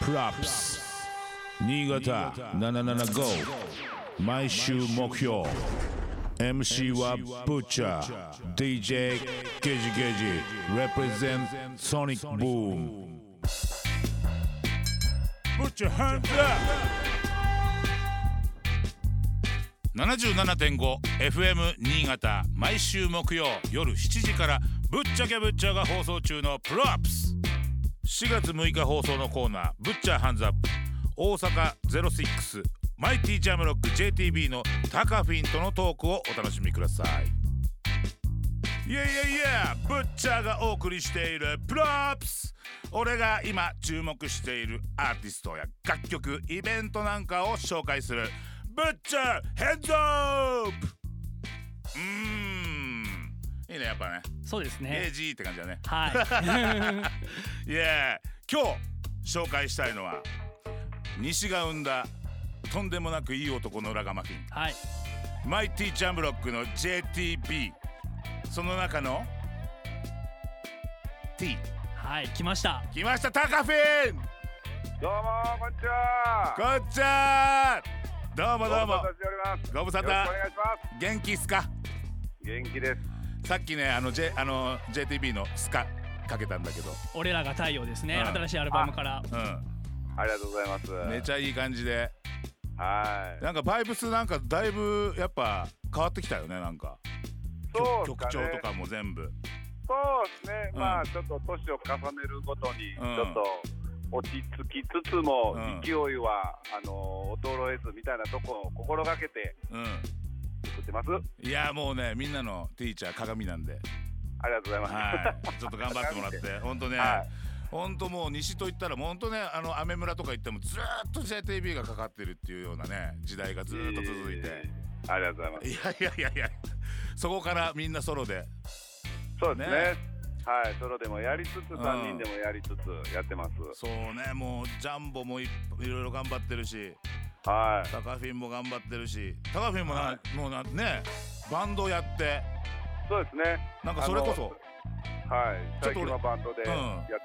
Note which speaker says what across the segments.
Speaker 1: プラップス新潟775毎週目標 MC はブッチャー DJ ゲジゲジ represent ソニックブーム Put your hands up!
Speaker 2: 77.5FM 新潟毎週木曜夜7時から「ぶっちゃけぶっちゃ」が放送中の「プロアップス」4月6日放送のコーナー「ぶっちゃハンズアップ」大阪06マイティジャムロック JTB のタカフィンとのトークをお楽しみくださいいやいやいやぶっちゃがお送りしている「プロアップス」俺が今注目しているアーティストや楽曲イベントなんかを紹介する「ぶっちゃヘンズアップ」うーんいいねやっぱね
Speaker 3: そうですね
Speaker 2: AG って感じだね
Speaker 3: はい
Speaker 2: や今日紹介したいのは西が生んだとんでもなくいい男のラガマフィン
Speaker 3: いはい
Speaker 2: マイティジャンブロックの JTB その中の T
Speaker 3: はい来ました
Speaker 2: 来ましたタカフィン
Speaker 4: どうもこんにちは。
Speaker 2: こんちはどうもどうも
Speaker 4: ご無沙汰しております。
Speaker 2: ご無沙汰
Speaker 4: よろしくお願いしま
Speaker 2: 元気っすか
Speaker 4: す。元気です。
Speaker 2: さっきねあの、J、あの JTB のスカかけたんだけど、
Speaker 3: 俺らが太陽ですね、
Speaker 2: うん
Speaker 3: 新しいアルバムから
Speaker 2: う
Speaker 4: ありがとうございます。
Speaker 2: ん、めちゃいい感じで
Speaker 4: はい。
Speaker 2: なんかバイブスなんかだいぶやっぱ変わってきたよねなんか
Speaker 4: そうっす
Speaker 2: 曲
Speaker 4: かね
Speaker 2: 調とかも全部
Speaker 4: そうですね。
Speaker 2: うん
Speaker 4: まあちょっと年を重ねるごと
Speaker 2: う
Speaker 4: に、
Speaker 2: ん
Speaker 4: ちょっと。落ち着きつつも、
Speaker 2: うん
Speaker 4: 勢いはあの衰えずみたいなとこを心がけて
Speaker 2: うん
Speaker 4: 作ってます。
Speaker 2: いやもうねみんなのティーチャー鏡なんで
Speaker 4: ありがとうございます。
Speaker 2: はいちょっと頑張ってもらって本 当ね、
Speaker 4: はい
Speaker 2: 本当もう西といったらもう本当ねあの雨村とか行ってもずーっと JTB がかかってるっていうようなね時代がずーっと続いて、
Speaker 4: えーありがとうございます。
Speaker 2: いやいやいやいやそこからみんなソロで
Speaker 4: そうですね
Speaker 2: ね
Speaker 4: はい、ソロでもやりつつ、
Speaker 2: ん
Speaker 4: 三人でもやりつつやってます。
Speaker 2: そうねもうジャンボもいっいろいろ頑張ってるし
Speaker 4: はい。
Speaker 2: タカフィンも頑張ってるしタカフィンもな、もうなねバンドやって
Speaker 4: そうですね。
Speaker 2: なんかそれこそ
Speaker 4: あの。はい。
Speaker 2: ちょっと
Speaker 4: 最近
Speaker 2: 俺
Speaker 4: はバンドで
Speaker 2: うん
Speaker 4: やったりとか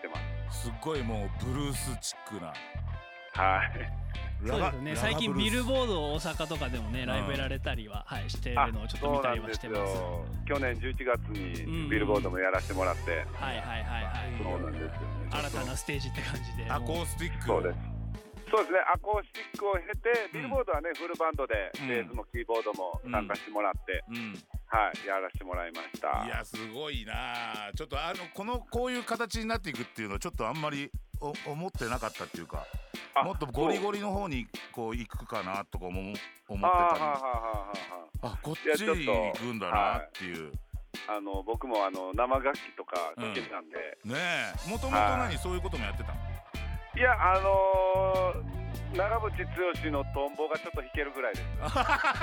Speaker 4: してます。
Speaker 2: すっごいもうブルースチックな
Speaker 4: はい。
Speaker 3: そうですよね最近ビル
Speaker 2: ボ
Speaker 3: ボード大阪とかでもねライブやられたりは、はい、してるのをちょっと見たりはしてます
Speaker 4: そうなんですよ。去年11月
Speaker 3: うん
Speaker 4: にビルボードもやらせてもらって、
Speaker 3: はいはいはいはい
Speaker 4: そうなんですよね。
Speaker 3: 新たなステージって感じで
Speaker 2: アコ
Speaker 3: もう
Speaker 2: ースティック
Speaker 4: そうです。そうですね。アコースティックを経て、
Speaker 2: うん
Speaker 4: ビルボードはね、フルバンドで、
Speaker 2: うん
Speaker 4: ベースもキーボードも参加してもらって、
Speaker 2: うん
Speaker 4: はい、やらせてもらいました。
Speaker 2: いやすごいなあちょっとあのこのこういう形になっていくっていうのはちょっとあんまりお思ってなかったっていうか
Speaker 4: あ
Speaker 2: もっとゴリゴリの方にこう行くかなとかも思思
Speaker 4: あ
Speaker 2: っ
Speaker 4: は
Speaker 2: てたり
Speaker 4: はははは
Speaker 2: あこっ
Speaker 4: いや
Speaker 2: ち
Speaker 4: ちょっと
Speaker 2: に行くんだなっていう、
Speaker 4: あの僕もあの生楽器とか好きなんで、
Speaker 2: ねえもともと
Speaker 4: は
Speaker 2: 何
Speaker 4: い
Speaker 2: そういうこともやってたの
Speaker 4: いや、あのー、長渕剛のトンボがちょっと弾けるぐ らいです。は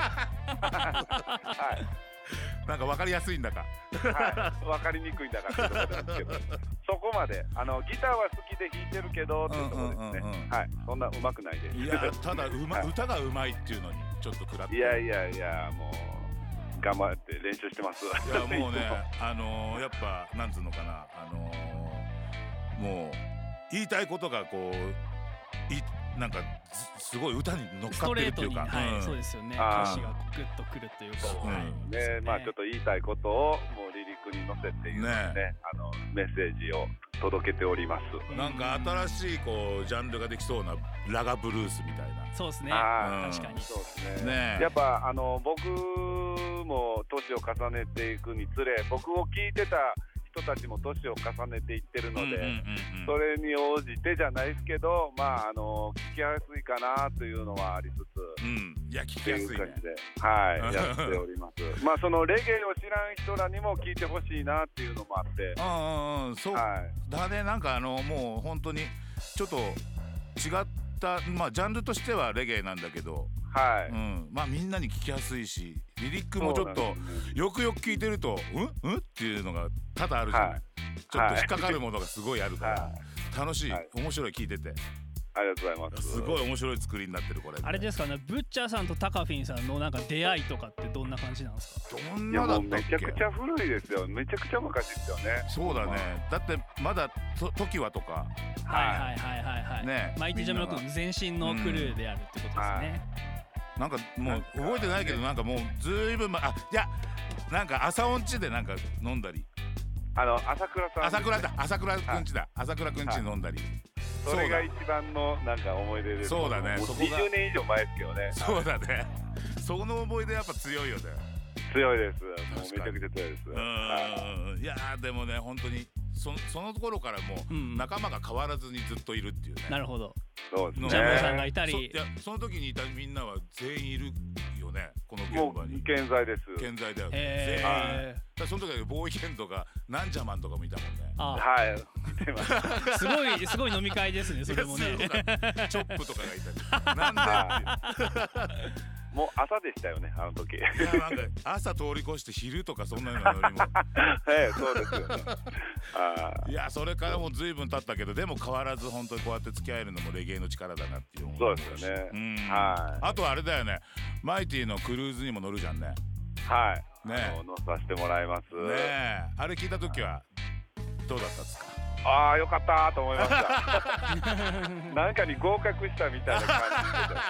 Speaker 4: い、
Speaker 2: なんか分かりやすいんだか
Speaker 4: はい、わかりにくいんだからっていうところなんですけど、そこまで、あのギターは好きで弾いてるけど、っていうところです
Speaker 2: う
Speaker 4: ね。
Speaker 2: んうんうんうん
Speaker 4: はい、そんな上手くないです。
Speaker 2: いやただう、ま、
Speaker 4: はい
Speaker 2: 歌がうまいっていうのにちょっと比べて
Speaker 4: いやいやいや、もう頑張って練習してます。
Speaker 2: いや もうねあのーやっぱなんつうのかなあのーもう言いたいことがこういなんかすすごい歌に乗っ
Speaker 3: ス
Speaker 2: かっ
Speaker 3: ト
Speaker 2: て
Speaker 3: レ
Speaker 2: るって
Speaker 3: ート
Speaker 2: いう
Speaker 3: に、
Speaker 2: か、
Speaker 3: は
Speaker 2: うん
Speaker 3: い、そうですよね
Speaker 4: あー
Speaker 3: 歌詞がグッとくるというか、
Speaker 2: うん
Speaker 3: はい
Speaker 4: ねまあちょっと言いたいことをもう離陸に乗せていうね
Speaker 2: ね
Speaker 4: あのメッセージを届けております。
Speaker 2: なんか新しいこうジャンルができそうなラガブルースみたいな
Speaker 3: そうですね
Speaker 4: はい
Speaker 3: 確かに
Speaker 4: そうですね。
Speaker 2: ねえ
Speaker 4: やっぱあの僕も年を重ねていくにつれ僕を聞いてた人たちも年を重ねていってるので、
Speaker 2: うんうんうん
Speaker 4: それに応じてじゃないですけどまああの聞きやすいかなというのはありつつ。
Speaker 2: うん、うん、いや聞
Speaker 4: っ
Speaker 2: き
Speaker 4: て
Speaker 2: や
Speaker 4: い
Speaker 2: す
Speaker 4: う
Speaker 2: い
Speaker 4: 感
Speaker 2: ね
Speaker 4: じで、 はい、やっております。まあ、そのレゲエを知らん人らにも聞いてほしいなっていうのもあって。
Speaker 2: うんうんうんそう
Speaker 4: はい、
Speaker 2: だねなんかあのもう本当にちょっと違ったまあジャンルとしてはレゲエなんだけど、
Speaker 4: は
Speaker 2: う
Speaker 4: い。
Speaker 2: ん、まあみんなに聞きやすいしリリックもちょっとよくよく聞いてると「うんうん?」っていうのが多々あるじゃない、
Speaker 4: はい
Speaker 2: ちょっと引っかかるものがすごいあるか
Speaker 4: はい、
Speaker 2: ら、楽しい、
Speaker 4: はい
Speaker 2: 面白い聞いてて
Speaker 4: ありがとうございます。
Speaker 2: すごい面白い作りになってるこれ
Speaker 3: あれですかねブッチャーさんとタカフィンさんのなんか出会いとかってどんな感じなんですか
Speaker 2: どん
Speaker 4: いや
Speaker 2: なだ
Speaker 4: も
Speaker 2: っ
Speaker 4: う
Speaker 2: たっ
Speaker 4: めち
Speaker 2: け
Speaker 4: ゃくちゃ古いですよ。めちゃくちゃ昔ですよね。
Speaker 2: そうだねだってまだと「時は」とか
Speaker 3: はいはいはいはいはい、
Speaker 2: ね
Speaker 3: マイティジャムロックの前身のクルーであるってことですね、
Speaker 2: なんかもう覚えてないけどなんかもうずいぶんまあいやなんか朝音ちでなんか飲んだり
Speaker 4: あの朝倉さんです
Speaker 2: 朝倉だ朝倉くんちだ朝倉くんち飲んだり
Speaker 4: それが一番のなんか思い出です
Speaker 2: そうだね
Speaker 4: もう
Speaker 2: そこが
Speaker 4: 20年以上前ですけどね
Speaker 2: そうだねそこの思い出やっぱ強いよね
Speaker 4: 強いですもうめ
Speaker 2: 確
Speaker 4: ちゃ
Speaker 2: かに
Speaker 4: くちゃ強いです
Speaker 2: う
Speaker 4: は
Speaker 2: ーんいやーでもね本当にそその頃からも
Speaker 3: う
Speaker 2: うん仲間が変わらずにずっといるっていうね
Speaker 3: なるほど
Speaker 4: いそうです
Speaker 2: の
Speaker 4: ね
Speaker 3: ジャムロさんがいたり、
Speaker 2: そいやその時にいたみんなは全員いるよねこの
Speaker 4: も
Speaker 2: 現場
Speaker 4: う
Speaker 2: に
Speaker 4: 健在です
Speaker 2: 健在だよね、
Speaker 3: え
Speaker 2: 全員
Speaker 4: は
Speaker 3: ー
Speaker 2: だからその時はボーイケンとかなんじゃマンとかもいたもんね
Speaker 3: あ
Speaker 4: はい見てます
Speaker 3: すごい すごい飲み会ですねそれもね
Speaker 2: いやそうだチョップとかがいたりなんだっていう
Speaker 4: もう朝でしたよねあの時
Speaker 2: いやなんか朝通り越して昼とかそんなようなのにも
Speaker 4: はいそうですよねあー
Speaker 2: いやそれからもう随分経ったけどでも変わらず本当にこうやって付き合えるのもレゲエの力だなっていう思
Speaker 4: そうですよね
Speaker 2: うん
Speaker 4: はい
Speaker 2: あとあれだよねマイティのクルーズにも乗るじゃんねね
Speaker 4: はい
Speaker 2: ねえ
Speaker 4: あの乗させてもらいます
Speaker 2: えあれ聞いた時はどうだったんですか
Speaker 4: ああよかったーと思いました なんかに合格したみたいな感じで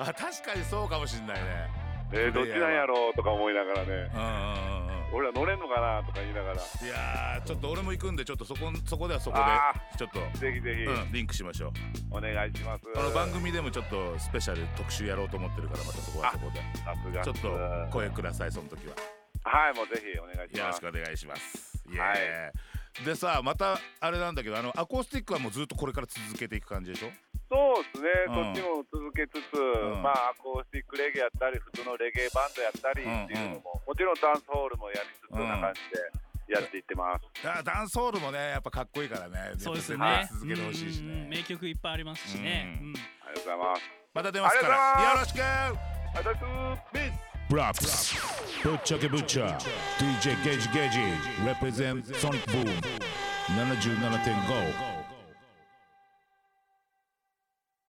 Speaker 2: あ確かにそうかもしんないね
Speaker 4: えーどっちなんやろうとか思いながらね
Speaker 2: うんうんうんうん
Speaker 4: 俺ら乗れんのかなとか言いながらぜ
Speaker 2: いやーちょっと俺も行くんでちょっとそこそこではそこで
Speaker 4: あ
Speaker 2: ちょっと、
Speaker 4: ひぜひ、
Speaker 2: うん、リンクしましょう
Speaker 4: お願いします
Speaker 2: あの番組でもちょっとスペシャル特集やろうと思ってるからまたそこはそこで
Speaker 4: さすが
Speaker 2: ちょっと
Speaker 4: は
Speaker 2: 声くださいその時はい
Speaker 4: もうぜひお願いし
Speaker 2: よろ
Speaker 4: ま
Speaker 2: し
Speaker 4: す
Speaker 2: くお願いしますイエーイ
Speaker 4: は
Speaker 2: でさまたあれなんだけどあのアコースティックはもうずっとこれから続けていく感じでしょ
Speaker 4: そうですね、
Speaker 2: うん
Speaker 4: そっちも続けつつ、
Speaker 2: ん
Speaker 4: まあアコースティックレゲエやったり普通のレゲエバンドやったりっていうのも、もちろんダンスホールもやりつつな感じでやっていってます、
Speaker 2: あダンスホールもねやっぱかっこいいからね
Speaker 3: そうです
Speaker 2: 絶対
Speaker 3: ね
Speaker 2: 続けてほしいし
Speaker 3: うんうんうん
Speaker 2: ね
Speaker 3: 名曲いっぱいありますしね、
Speaker 2: う
Speaker 3: うんん
Speaker 4: ありがとうございます
Speaker 2: また出ますか
Speaker 4: あり
Speaker 2: ら
Speaker 4: が
Speaker 2: よ
Speaker 4: と
Speaker 2: ろしく
Speaker 4: ありがとうございます
Speaker 1: ブラックスぶっちゃけぶっちゃ DJ ゲージゲージ represent Sonic Boom 77.5